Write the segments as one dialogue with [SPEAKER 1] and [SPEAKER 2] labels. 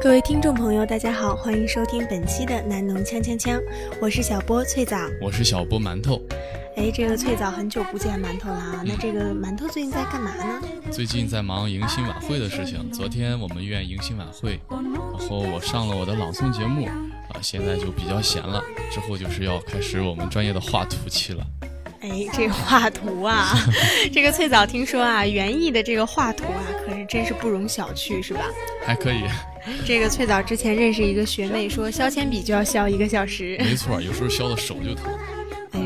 [SPEAKER 1] 各位听众朋友，大家好，欢迎收听本期的南农锵锵锵，我是小波翠枣。
[SPEAKER 2] 我是小波馒头，
[SPEAKER 1] 哎，这个翠枣很久不见馒头了啊，那这个馒头最近在干嘛呢？
[SPEAKER 2] 最近在忙迎新晚会的事情。昨天我们院迎新晚会，然后我上了我的朗诵节目，啊，现在就比较闲了，之后就是要开始我们专业的画图期了。
[SPEAKER 1] 哎，这个画图啊， 这个翠枣听说啊，园艺的这个画图啊，可是真是不容小觑，是吧？
[SPEAKER 2] 还可以，
[SPEAKER 1] 这个翠枣之前认识一个学妹，说削铅笔就要削一个小时。
[SPEAKER 2] 没错，有时候削的手就疼。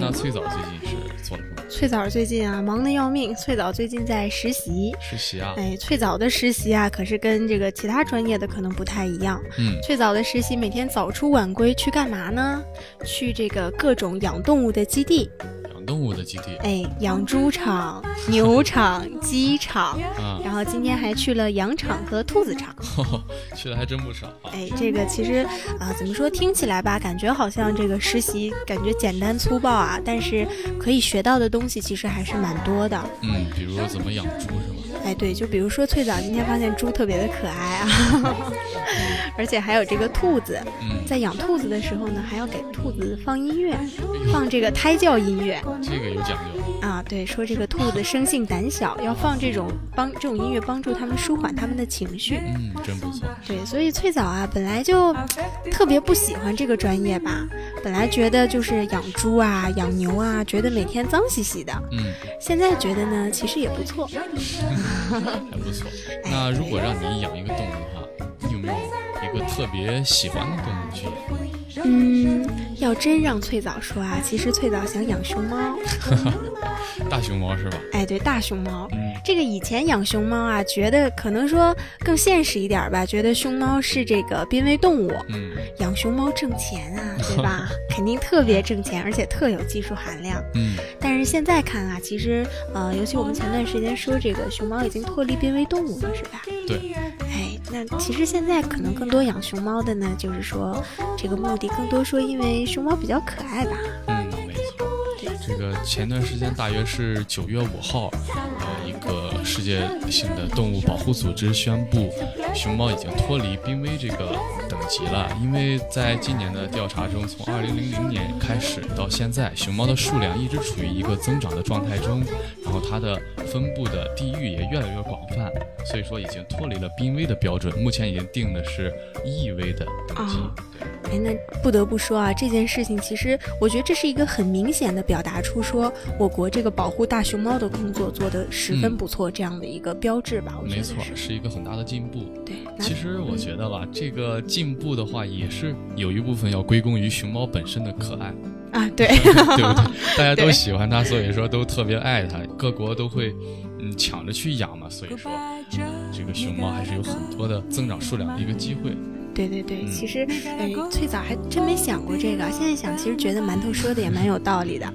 [SPEAKER 2] 那最早最近是做了什么
[SPEAKER 1] 翠枣最近啊忙得要命，翠枣最近在实习。
[SPEAKER 2] 实习啊？
[SPEAKER 1] 哎，翠枣的实习啊，可是跟这个其他专业的可能不太一样。
[SPEAKER 2] 嗯，
[SPEAKER 1] 最早的实习每天早出晚归去干嘛呢？去这个各种养动物的基地，
[SPEAKER 2] 嗯养动物的基地
[SPEAKER 1] 哎，养猪场、牛场、鸡场，
[SPEAKER 2] 啊，
[SPEAKER 1] 然后今天还去了羊场和兔子场。
[SPEAKER 2] 去的还真不少啊。
[SPEAKER 1] 哎，这个其实啊、怎么说？听起来吧，感觉好像这个实习感觉简单粗暴啊，但是可以学到的东西其实还是蛮多的。
[SPEAKER 2] 嗯，比如怎么养猪是吗？
[SPEAKER 1] 哎，对，就比如说翠枣今天发现猪特别的可爱啊， 而且还有这个兔子，
[SPEAKER 2] 嗯，
[SPEAKER 1] 在养兔子的时候呢，还要给兔子放音乐，
[SPEAKER 2] 哎呦
[SPEAKER 1] 放这个胎教音乐
[SPEAKER 2] 这个有讲究。
[SPEAKER 1] 啊。对，说这个兔子生性胆小，要放这种帮这种音乐帮助他们舒缓他们的情绪。
[SPEAKER 2] 嗯，真不错。
[SPEAKER 1] 对，所以翠枣啊，本来就特别不喜欢这个专业吧，本来觉得就是养猪啊、养牛啊，觉得每天脏兮兮的。
[SPEAKER 2] 嗯，
[SPEAKER 1] 现在觉得呢，其实也不错。
[SPEAKER 2] 还不错。那如果让你养一个动物的话，你有没有一个特别喜欢的动物去养？
[SPEAKER 1] 嗯，要真让翠枣说啊，其实翠枣想养熊猫。
[SPEAKER 2] 大熊猫是吧？
[SPEAKER 1] 哎，对，大熊猫。
[SPEAKER 2] 嗯，
[SPEAKER 1] 这个以前养熊猫啊，觉得可能说更现实一点儿吧，觉得熊猫是这个濒危动物，
[SPEAKER 2] 嗯
[SPEAKER 1] 养熊猫挣钱啊，对吧？肯定特别挣钱，而且特有技术含量。
[SPEAKER 2] 嗯，
[SPEAKER 1] 但是现在看啊，其实呃，尤其我们前段时间说这个熊猫已经脱离濒危动物了，是吧？
[SPEAKER 2] 对，
[SPEAKER 1] 哎，那其实现在可能更多养熊猫的呢，就是说这个目的更多说因为熊猫比较可爱吧。
[SPEAKER 2] 嗯，没错。这个前段时间大约是九月五号，呃，一个世界性的动物保护组织宣布，熊猫已经脱离濒危这个等级了。因为在今年的调查中，从二零零零年开始到现在，熊猫的数量一直处于一个增长的状态中，然后它的分布的地域也越来越广泛，所以说已经脱离了濒危的标准，目前已经定的是易危的等级。
[SPEAKER 1] 哦
[SPEAKER 2] 对
[SPEAKER 1] 哎，那不得不说啊，这件事情其实我觉得这是一个很明显的表达出说我国这个保护大熊猫的工作做得十分
[SPEAKER 2] 嗯
[SPEAKER 1] 不错这样的一个标志吧。我觉
[SPEAKER 2] 没
[SPEAKER 1] 得
[SPEAKER 2] 错，
[SPEAKER 1] 是
[SPEAKER 2] 是一个很大的进步。
[SPEAKER 1] 对，那嗯
[SPEAKER 2] 其实我觉得吧，这个进步的话，也是有一部分要归功于熊猫本身的可爱，
[SPEAKER 1] 啊， 对，
[SPEAKER 2] 对不对？ 大家都
[SPEAKER 1] 对
[SPEAKER 2] 喜欢它，所以说都特别爱它，各国都会嗯抢着去养嘛，所以说嗯这个熊猫还是有很多的增长数量的一个机会。
[SPEAKER 1] 对对对，
[SPEAKER 2] 嗯
[SPEAKER 1] 其实，哎，最早还真没想过这个，啊现在想，其实觉得馒头说的也蛮有道理的，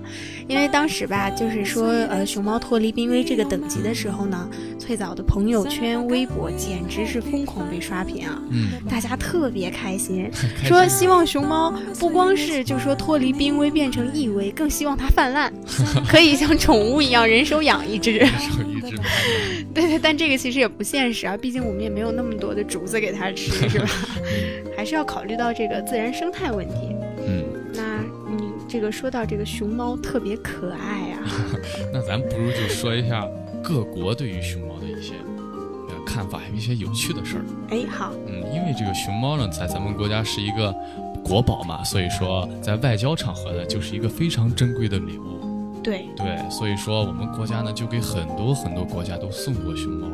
[SPEAKER 1] 因为当时吧，就是说，呃，熊猫脱离濒危这个等级的时候呢，最早的朋友圈、微博简直是疯狂被刷屏啊，
[SPEAKER 2] 嗯，
[SPEAKER 1] 大家特别开心，
[SPEAKER 2] 开
[SPEAKER 1] 说
[SPEAKER 2] 心
[SPEAKER 1] 希望熊猫不光是就说脱离濒危变成易危，更希望它泛滥，可以像宠物一样人手养一只。
[SPEAKER 2] 手一直
[SPEAKER 1] 对对，但这个其实也不现实啊，毕竟我们也没有那么多的竹子给它吃，是吧？ 还是要考虑到这个自然生态问题。
[SPEAKER 2] 嗯，
[SPEAKER 1] 那你这个说到这个熊猫特别可爱啊，
[SPEAKER 2] 那咱不如就说一下各国对于熊猫的一些呃看法，还有一些有趣的事儿。
[SPEAKER 1] 哎，好，
[SPEAKER 2] 嗯，因为这个熊猫呢，在咱们国家是一个国宝嘛，所以说在外交场合呢，就是一个非常珍贵的礼物。
[SPEAKER 1] 对，
[SPEAKER 2] 对，所以说我们国家呢，就给很多很多国家都送过熊猫。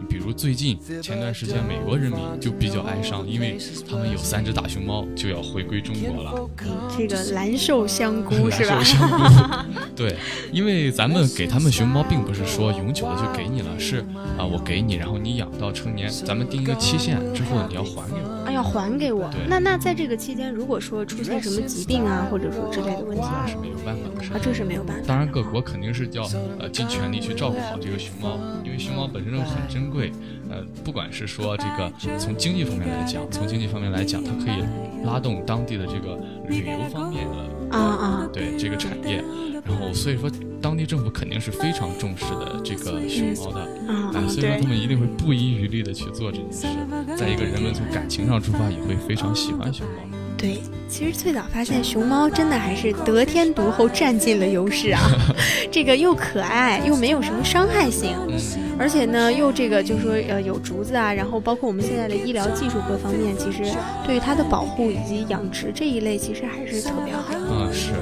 [SPEAKER 2] 你比如最近前段时间，美国人民就比较哀伤，因为他们有三只大熊猫就要回归中国了。
[SPEAKER 1] 这个蓝瘦香菇是吧
[SPEAKER 2] 难？受香菇对，因为咱们给他们熊猫，并不是说永久的就给你了，是啊、我给你，然后你养到成年，咱们定一个期限之后，你要还给我。
[SPEAKER 1] 啊，要还给我
[SPEAKER 2] 对。
[SPEAKER 1] 那那在这个期间，如果说出现什么疾病啊，或者说之类的问题啊
[SPEAKER 2] 那是没有办法的事
[SPEAKER 1] 啊，
[SPEAKER 2] 情。
[SPEAKER 1] 这是没有办法。
[SPEAKER 2] 当然，各国肯定是要呃尽全力去照顾好这个熊猫，因为熊猫本身很珍贵。呃，不管是说这个从经济方面来讲，从经济方面来讲，它可以拉动当地的这个旅游方面
[SPEAKER 1] 啊
[SPEAKER 2] 的
[SPEAKER 1] 啊，
[SPEAKER 2] 对这个产业，然后后所以说当地政府肯定是非常重视的这个熊猫的，
[SPEAKER 1] 嗯
[SPEAKER 2] 啊，
[SPEAKER 1] 嗯，
[SPEAKER 2] 所以说
[SPEAKER 1] 对
[SPEAKER 2] 他，们一定会不遗余力的去做这件事。再一个，人们从感情上出发，也会非常喜欢熊猫。
[SPEAKER 1] 对，其实最早发现熊猫真的还是得天独厚，占尽了优 势啊！这个又可爱，又没有什么伤害性，
[SPEAKER 2] 嗯，
[SPEAKER 1] 而且呢，又这个就说呃有竹子啊，然后包括我们现在的医疗技术各方面，其实对于它的保护以及养殖这一类，其实还是特别好。
[SPEAKER 2] 啊，是，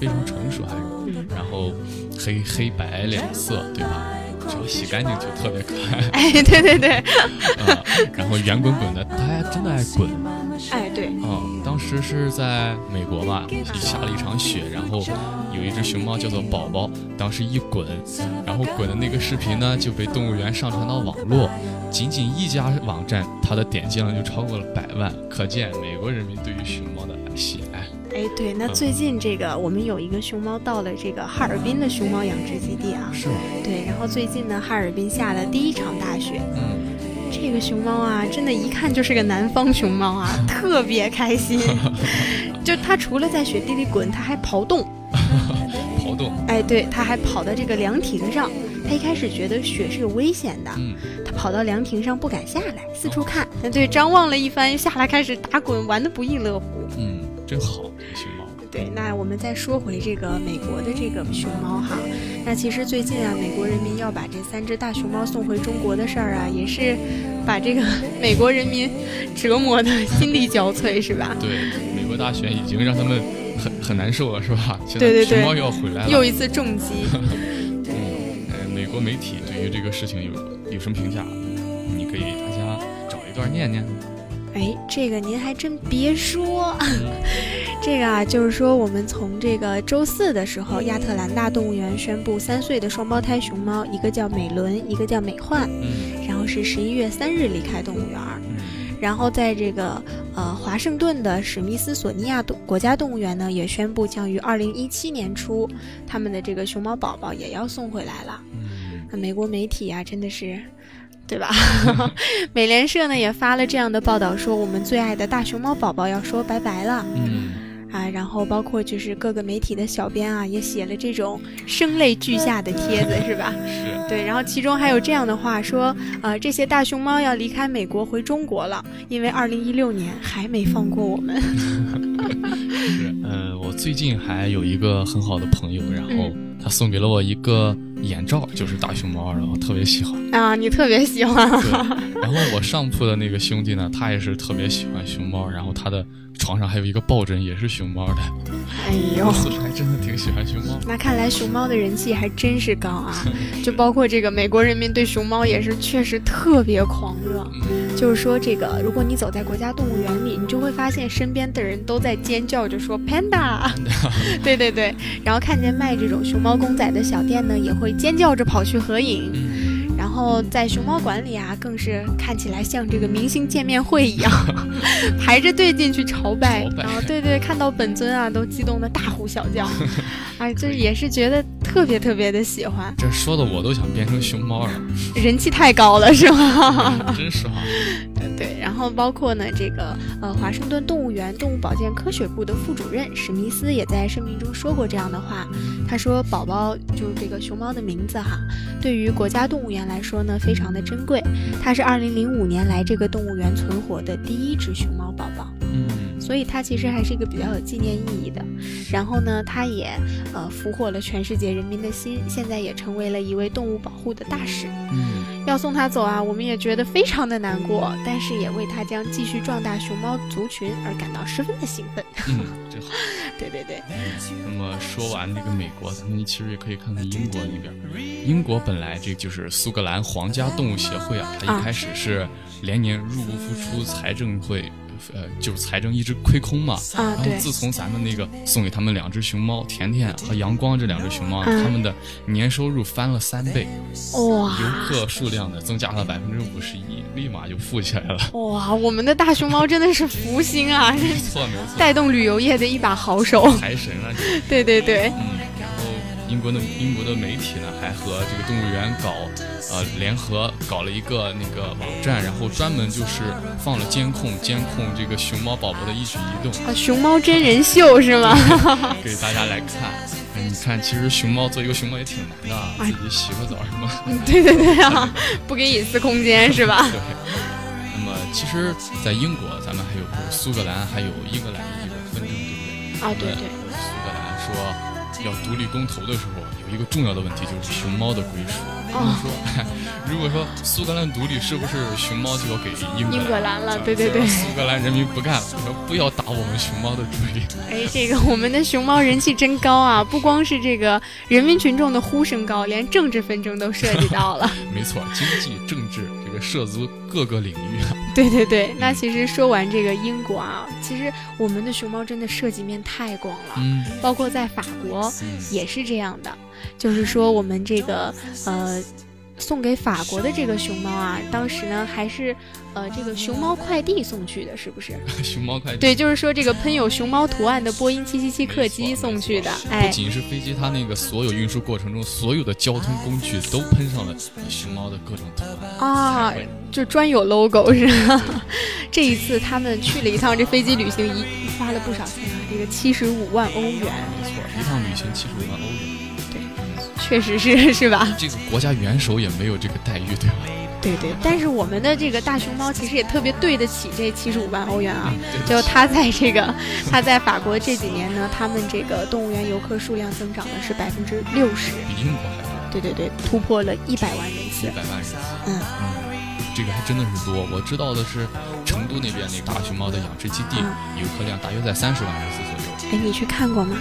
[SPEAKER 2] 非常成熟还是。
[SPEAKER 1] 嗯，
[SPEAKER 2] 然后黑黑白两色，对吧？只要洗干净就特别可爱
[SPEAKER 1] 哎，对对对，
[SPEAKER 2] 啊。然后圆滚滚的，它还真的爱滚
[SPEAKER 1] 哎对，
[SPEAKER 2] 啊、当时是在美国吧，下了一场雪，然后有一只熊猫叫做宝宝，当时一滚，然后滚的那个视频呢就被动物园上传到网络，仅仅一家网站，它的点击量就超过了百万，可见美国人民对于熊猫的喜爱。
[SPEAKER 1] 哎对，那最近这个我们有一个熊猫到了这个哈尔滨的熊猫养殖基地啊，
[SPEAKER 2] 是吗？
[SPEAKER 1] 对，然后最近呢，哈尔滨下了第一场大雪，
[SPEAKER 2] 嗯，
[SPEAKER 1] 这个熊猫啊，真的一看就是个南方熊猫啊，特别开心。就它除了在雪地里滚，它还刨洞，
[SPEAKER 2] 刨洞，
[SPEAKER 1] 哎，对，它还跑到这个凉亭上。它一开始觉得雪是有危险的，
[SPEAKER 2] 嗯，
[SPEAKER 1] 它跑到凉亭上不敢下来，四处看。哎对，张望了一番，下来开始打滚，玩得不亦乐乎。
[SPEAKER 2] 嗯，真好，熊猫。
[SPEAKER 1] 对，那我们再说回这个美国的这个熊猫哈，那其实最近啊，美国人民要把这三只大熊猫送回中国的事儿啊，也是把这个美国人民 折磨的心力交瘁，是 吧？
[SPEAKER 2] 对，美国大选已经让他们很很难受了，是吧？现在
[SPEAKER 1] 对对对
[SPEAKER 2] 熊猫又要回来了。
[SPEAKER 1] 又一次重击，
[SPEAKER 2] 嗯，呃，美国媒体对于这个事情有有什么评价？你可以给大家找一段念念。
[SPEAKER 1] 哎，这个您还真别说， 哎这个啊，就是说我们从这个周四的时候，亚特兰大动物园宣布，三岁的双胞胎熊猫，一个叫美伦，一个叫美焕，
[SPEAKER 2] 嗯
[SPEAKER 1] 然后是十一月三日离开动物园儿。
[SPEAKER 2] 嗯
[SPEAKER 1] 然后在这个呃华盛顿的史密斯索尼亚动国家动物园呢，也宣布将于二零一七年初，他们的这个熊猫宝宝也要送回来了。
[SPEAKER 2] 嗯，
[SPEAKER 1] 那美国媒体啊，真的是。对吧？ 美联社呢也发了这样的报道，说我们最爱的大熊猫宝宝要说拜拜了
[SPEAKER 2] 嗯，
[SPEAKER 1] 啊！然后包括就是各个媒体的小编啊，也写了这种声泪俱下的帖子，是吧？
[SPEAKER 2] 是，
[SPEAKER 1] 对，然后其中还有这样的话说，呃，这些大熊猫要离开美国回中国了，因为二零一六年还没放过我们。
[SPEAKER 2] 呃，我最近还有一个很好的朋友，然后
[SPEAKER 1] 嗯
[SPEAKER 2] 他送给了我一个眼罩，就是大熊猫，然后特别 喜欢。
[SPEAKER 1] 啊，你特别喜欢，啊
[SPEAKER 2] 对，然后我上铺的那个兄弟呢，他也是特别喜欢熊猫，然后他的床上还有一个抱枕，也是熊猫的。
[SPEAKER 1] 哎
[SPEAKER 2] 我。似乎还真的挺喜欢熊猫。
[SPEAKER 1] 那看来熊猫的人气还真是高啊，就包括这个美国人民对熊猫也是确实特别狂热。
[SPEAKER 2] 嗯，
[SPEAKER 1] 就是说，这个如果你走在国家动物园里，你就会发现身边的人都在尖叫着说 panda，对 对对，然后看见卖这种熊猫公仔的小店呢，也会尖叫着跑去合影。
[SPEAKER 2] 嗯
[SPEAKER 1] 然后在熊猫馆里啊，更是看起来像这个明星见面会 一样，排着队进去朝拜，
[SPEAKER 2] 朝拜
[SPEAKER 1] 然后对对，看到本尊啊，都激动的大呼小 叫，哎，这也是觉得特别特别的喜欢，
[SPEAKER 2] 这说的我都想变成熊 猫了。
[SPEAKER 1] 人气太高了，是吗？
[SPEAKER 2] 真是哈、
[SPEAKER 1] 对，然后包括呢，这个呃，华盛顿动物园动物保健科学部的副主任史密斯也在声明中说过这样的话，他说：“宝宝就是这个熊猫的名字哈，对于国家动物园来说呢，非常的珍贵，它是2005年来这个动物园存活的第一只熊猫宝宝，
[SPEAKER 2] 嗯，
[SPEAKER 1] 所以它其实还是一个比较有纪念意义的。然后呢，它也呃俘获了全世界人民的心，现在也成为了一位动物保护的大使。”
[SPEAKER 2] 嗯，
[SPEAKER 1] 要送它走啊，我们也觉得非常的难过，但是也为它将继续壮大熊猫族群而感到十分的兴奋。
[SPEAKER 2] 嗯，真好。
[SPEAKER 1] 对对对，
[SPEAKER 2] 那么说完这个美国，咱们其实也可以看看英国那边。英国本来这就是苏格兰皇家动物协会啊，它
[SPEAKER 1] 啊
[SPEAKER 2] 一开始是连年入不敷出，财政会，呃，就是财政一直亏空嘛。
[SPEAKER 1] 啊
[SPEAKER 2] 然后
[SPEAKER 1] 对，
[SPEAKER 2] 自从咱们那个送给他们两只熊猫甜甜和阳光这两只熊猫，啊
[SPEAKER 1] 嗯
[SPEAKER 2] 他们的年收入翻了三倍，游
[SPEAKER 1] 哇
[SPEAKER 2] 客数量呢增加了百分之五十一，立马就富起来了。
[SPEAKER 1] 哇，我们的大熊猫真的是福星啊，
[SPEAKER 2] 没错，没错，
[SPEAKER 1] 带动旅游业的一把好手。
[SPEAKER 2] 财神啊！这
[SPEAKER 1] 对对对，
[SPEAKER 2] 嗯，然后英国的英国的媒体呢，还和这个动物园搞呃联合搞了一个那个网站，然后专门就是放了监控，监控这个熊猫宝宝的一举一动，
[SPEAKER 1] 啊，熊猫真人秀是吗？
[SPEAKER 2] 给大家来看。哎你看，其实熊猫做一个熊猫也挺难的，
[SPEAKER 1] 哎
[SPEAKER 2] 自己洗个澡什么。
[SPEAKER 1] 对对对啊，不给隐私空间 是吧？
[SPEAKER 2] 对。那么，其实，在英国，咱们还有比如苏格兰，还有英格兰的这个纷争，对不对？
[SPEAKER 1] 啊，对对，
[SPEAKER 2] 呃苏格兰说要独立公投的时候，有一个重要的问题就是熊猫的归属。
[SPEAKER 1] 哦，
[SPEAKER 2] 说，如果说 苏格兰独立，是不是熊猫就要给英格兰？
[SPEAKER 1] 英格兰了
[SPEAKER 2] 啊
[SPEAKER 1] 对对对
[SPEAKER 2] 所以说苏格兰人民不干了，说不要打我们熊猫的主意。
[SPEAKER 1] 哎，这个我们的熊猫人气真高啊！不光是这个人民群众的呼声高，连政治纷争都涉及到了。
[SPEAKER 2] 没错，经济、政治这个涉足各个领域啊。
[SPEAKER 1] 对对对，那其实说完这个英国啊，其实我们的熊猫真的涉及面太广了。
[SPEAKER 2] 嗯，
[SPEAKER 1] 包括在法国也是这样的，就是说我们这个呃送给法国的这个熊猫啊，当时呢还是呃这个熊猫快递送去的，是不是？
[SPEAKER 2] 熊猫快递。
[SPEAKER 1] 对，就是说这个喷有熊猫图案的波音七七七
[SPEAKER 2] 没
[SPEAKER 1] 客
[SPEAKER 2] 错
[SPEAKER 1] 机送去的
[SPEAKER 2] 没，错
[SPEAKER 1] 哎
[SPEAKER 2] 不，仅是飞机，它那个所有运输过程中，所有的交通工具都喷上了熊猫的各种图案
[SPEAKER 1] 啊
[SPEAKER 2] 彩绘
[SPEAKER 1] 就专有 logo 是吧？ 这一次他们去了一趟这飞机旅行，一花了不少钱啊，这个七十五万欧元，
[SPEAKER 2] 没错，一趟旅行七十五万欧元，
[SPEAKER 1] 确实是 是吧？
[SPEAKER 2] 这个国家元首也没有这个待遇，对吧？
[SPEAKER 1] 对对，但是我们的这个大熊猫其实也特别对得起这七十五万欧元啊
[SPEAKER 2] 嗯。对不
[SPEAKER 1] 就
[SPEAKER 2] 起
[SPEAKER 1] 它在这 个，它在法国这几年呢，他们这个动物园游客数量增长的是百分之六十，
[SPEAKER 2] 比英国还多，
[SPEAKER 1] 对对对，突破了一百万人
[SPEAKER 2] 一
[SPEAKER 1] 次。
[SPEAKER 2] 百万人。
[SPEAKER 1] 嗯
[SPEAKER 2] 这个还真的是多。我知道的是，成都那边那个大熊猫的养殖基地
[SPEAKER 1] 嗯
[SPEAKER 2] 游客量大约在三十万人次左右。
[SPEAKER 1] 哎，你去看过吗？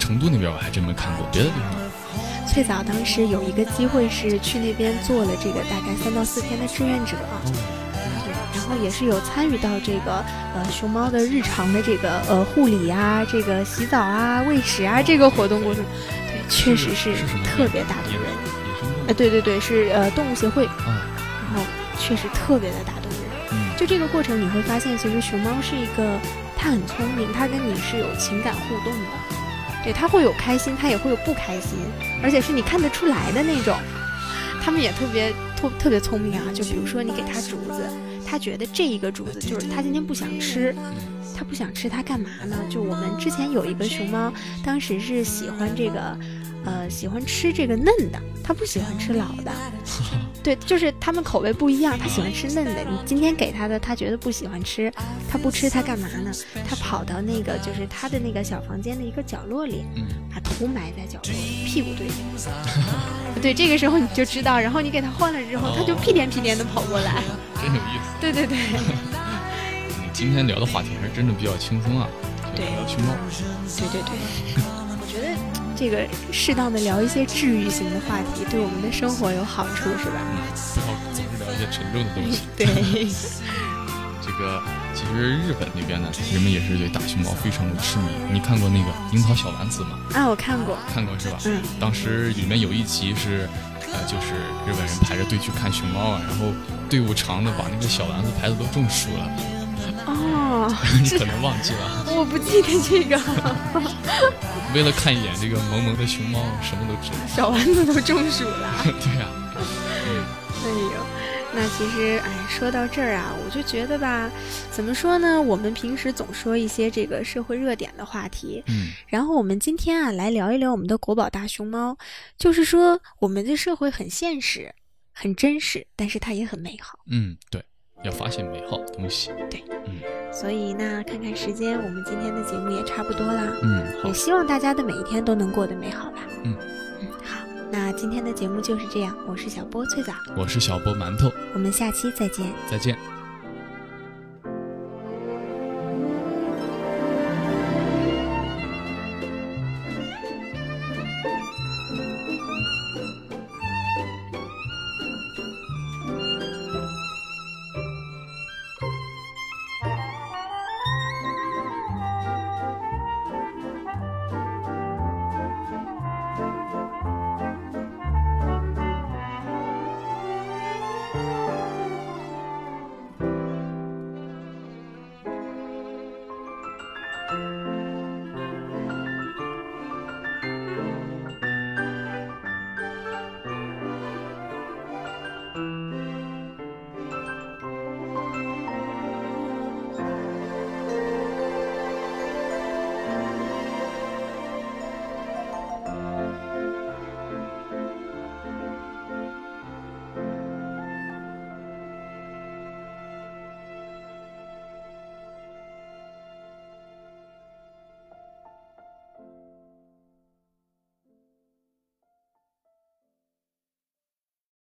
[SPEAKER 2] 成都那边我还真没看过，别的地方
[SPEAKER 1] 最早当时有一个机会是去那边做了这个大概三到四天的志愿者啊，
[SPEAKER 2] 哦
[SPEAKER 1] 对，然后也是有参与到这个呃熊猫的日常的这个呃护理啊、这个洗澡啊、喂食啊这个活动过程，对，确实
[SPEAKER 2] 是是什么
[SPEAKER 1] 特别大动
[SPEAKER 2] 野
[SPEAKER 1] 人。
[SPEAKER 2] 野生动
[SPEAKER 1] 呃，对对对，是呃动物协会，
[SPEAKER 2] 物啊，
[SPEAKER 1] 然后确实特别的打动人。
[SPEAKER 2] 嗯，
[SPEAKER 1] 就这个过程，你会发现，其实熊猫是一个，它很聪明，它跟你是有情感互动的，对，它会有开心，它也会有不开心，而且是你看得出来的那种。它们也特别特特别聪明啊，就比如说你给它竹子，它觉得这一个竹子就是它今天不想吃。它不想吃，它干嘛呢？就我们之前有一个熊猫，当时是喜欢这个，呃，喜欢吃这个嫩的，它不喜欢吃老的。对，就是它们口味不一样，它喜欢吃嫩的。你今天给它的，它觉得不喜欢吃，它不吃，它干嘛呢？它跑到那个就是它的那个小房间的一个角落里，
[SPEAKER 2] 嗯
[SPEAKER 1] 把头埋在角落里，屁股对着你。对，这个时候你就知道，然后你给它换了之后，它就屁颠屁颠的跑过来。
[SPEAKER 2] 真有意思。
[SPEAKER 1] 对对对，
[SPEAKER 2] 嗯，今天聊的话题还真的比较轻松啊，就
[SPEAKER 1] 对
[SPEAKER 2] 聊熊猫。
[SPEAKER 1] 对对对，我觉得这个适当的聊一些治愈型的话题，对我们的生活有好处，是吧？
[SPEAKER 2] 嗯，不要总是聊一些沉重的东西。
[SPEAKER 1] 对，
[SPEAKER 2] 这个其实日本那边呢，人们也是对大熊猫非常的痴迷。你看过那个《樱桃小丸子》吗？
[SPEAKER 1] 啊，我看过，
[SPEAKER 2] 看过是吧？
[SPEAKER 1] 嗯，
[SPEAKER 2] 当时里面有一集是，呃，就是日本人排着队去看熊猫啊，然后队伍长的把那个小丸子排的都中暑了，
[SPEAKER 1] 哦，
[SPEAKER 2] 你可能忘记了。
[SPEAKER 1] 我不记得这个
[SPEAKER 2] 为了看一眼这个萌萌的熊猫，什么都吃。
[SPEAKER 1] 小丸子都中暑了。
[SPEAKER 2] 对呀、
[SPEAKER 1] 哎呦，那其实哎，说到这儿啊，我就觉得吧，怎么说呢？我们平时总说一些这个社会热点的话题，
[SPEAKER 2] 嗯，
[SPEAKER 1] 然后我们今天啊来聊一聊我们的国宝大熊猫，就是说我们的社会很现实，很真实，但是它也很美好。
[SPEAKER 2] 嗯，对，要发现美好的东西。
[SPEAKER 1] 所以那看看时间，我们今天的节目也差不多啦，
[SPEAKER 2] 嗯，好
[SPEAKER 1] 也，希望大家的每一天都能过得美好吧。
[SPEAKER 2] 嗯
[SPEAKER 1] 嗯，好，那今天的节目就是这样，我是小波翠枣，
[SPEAKER 2] 我是小波馒头，
[SPEAKER 1] 我们下期再见。
[SPEAKER 2] 再见。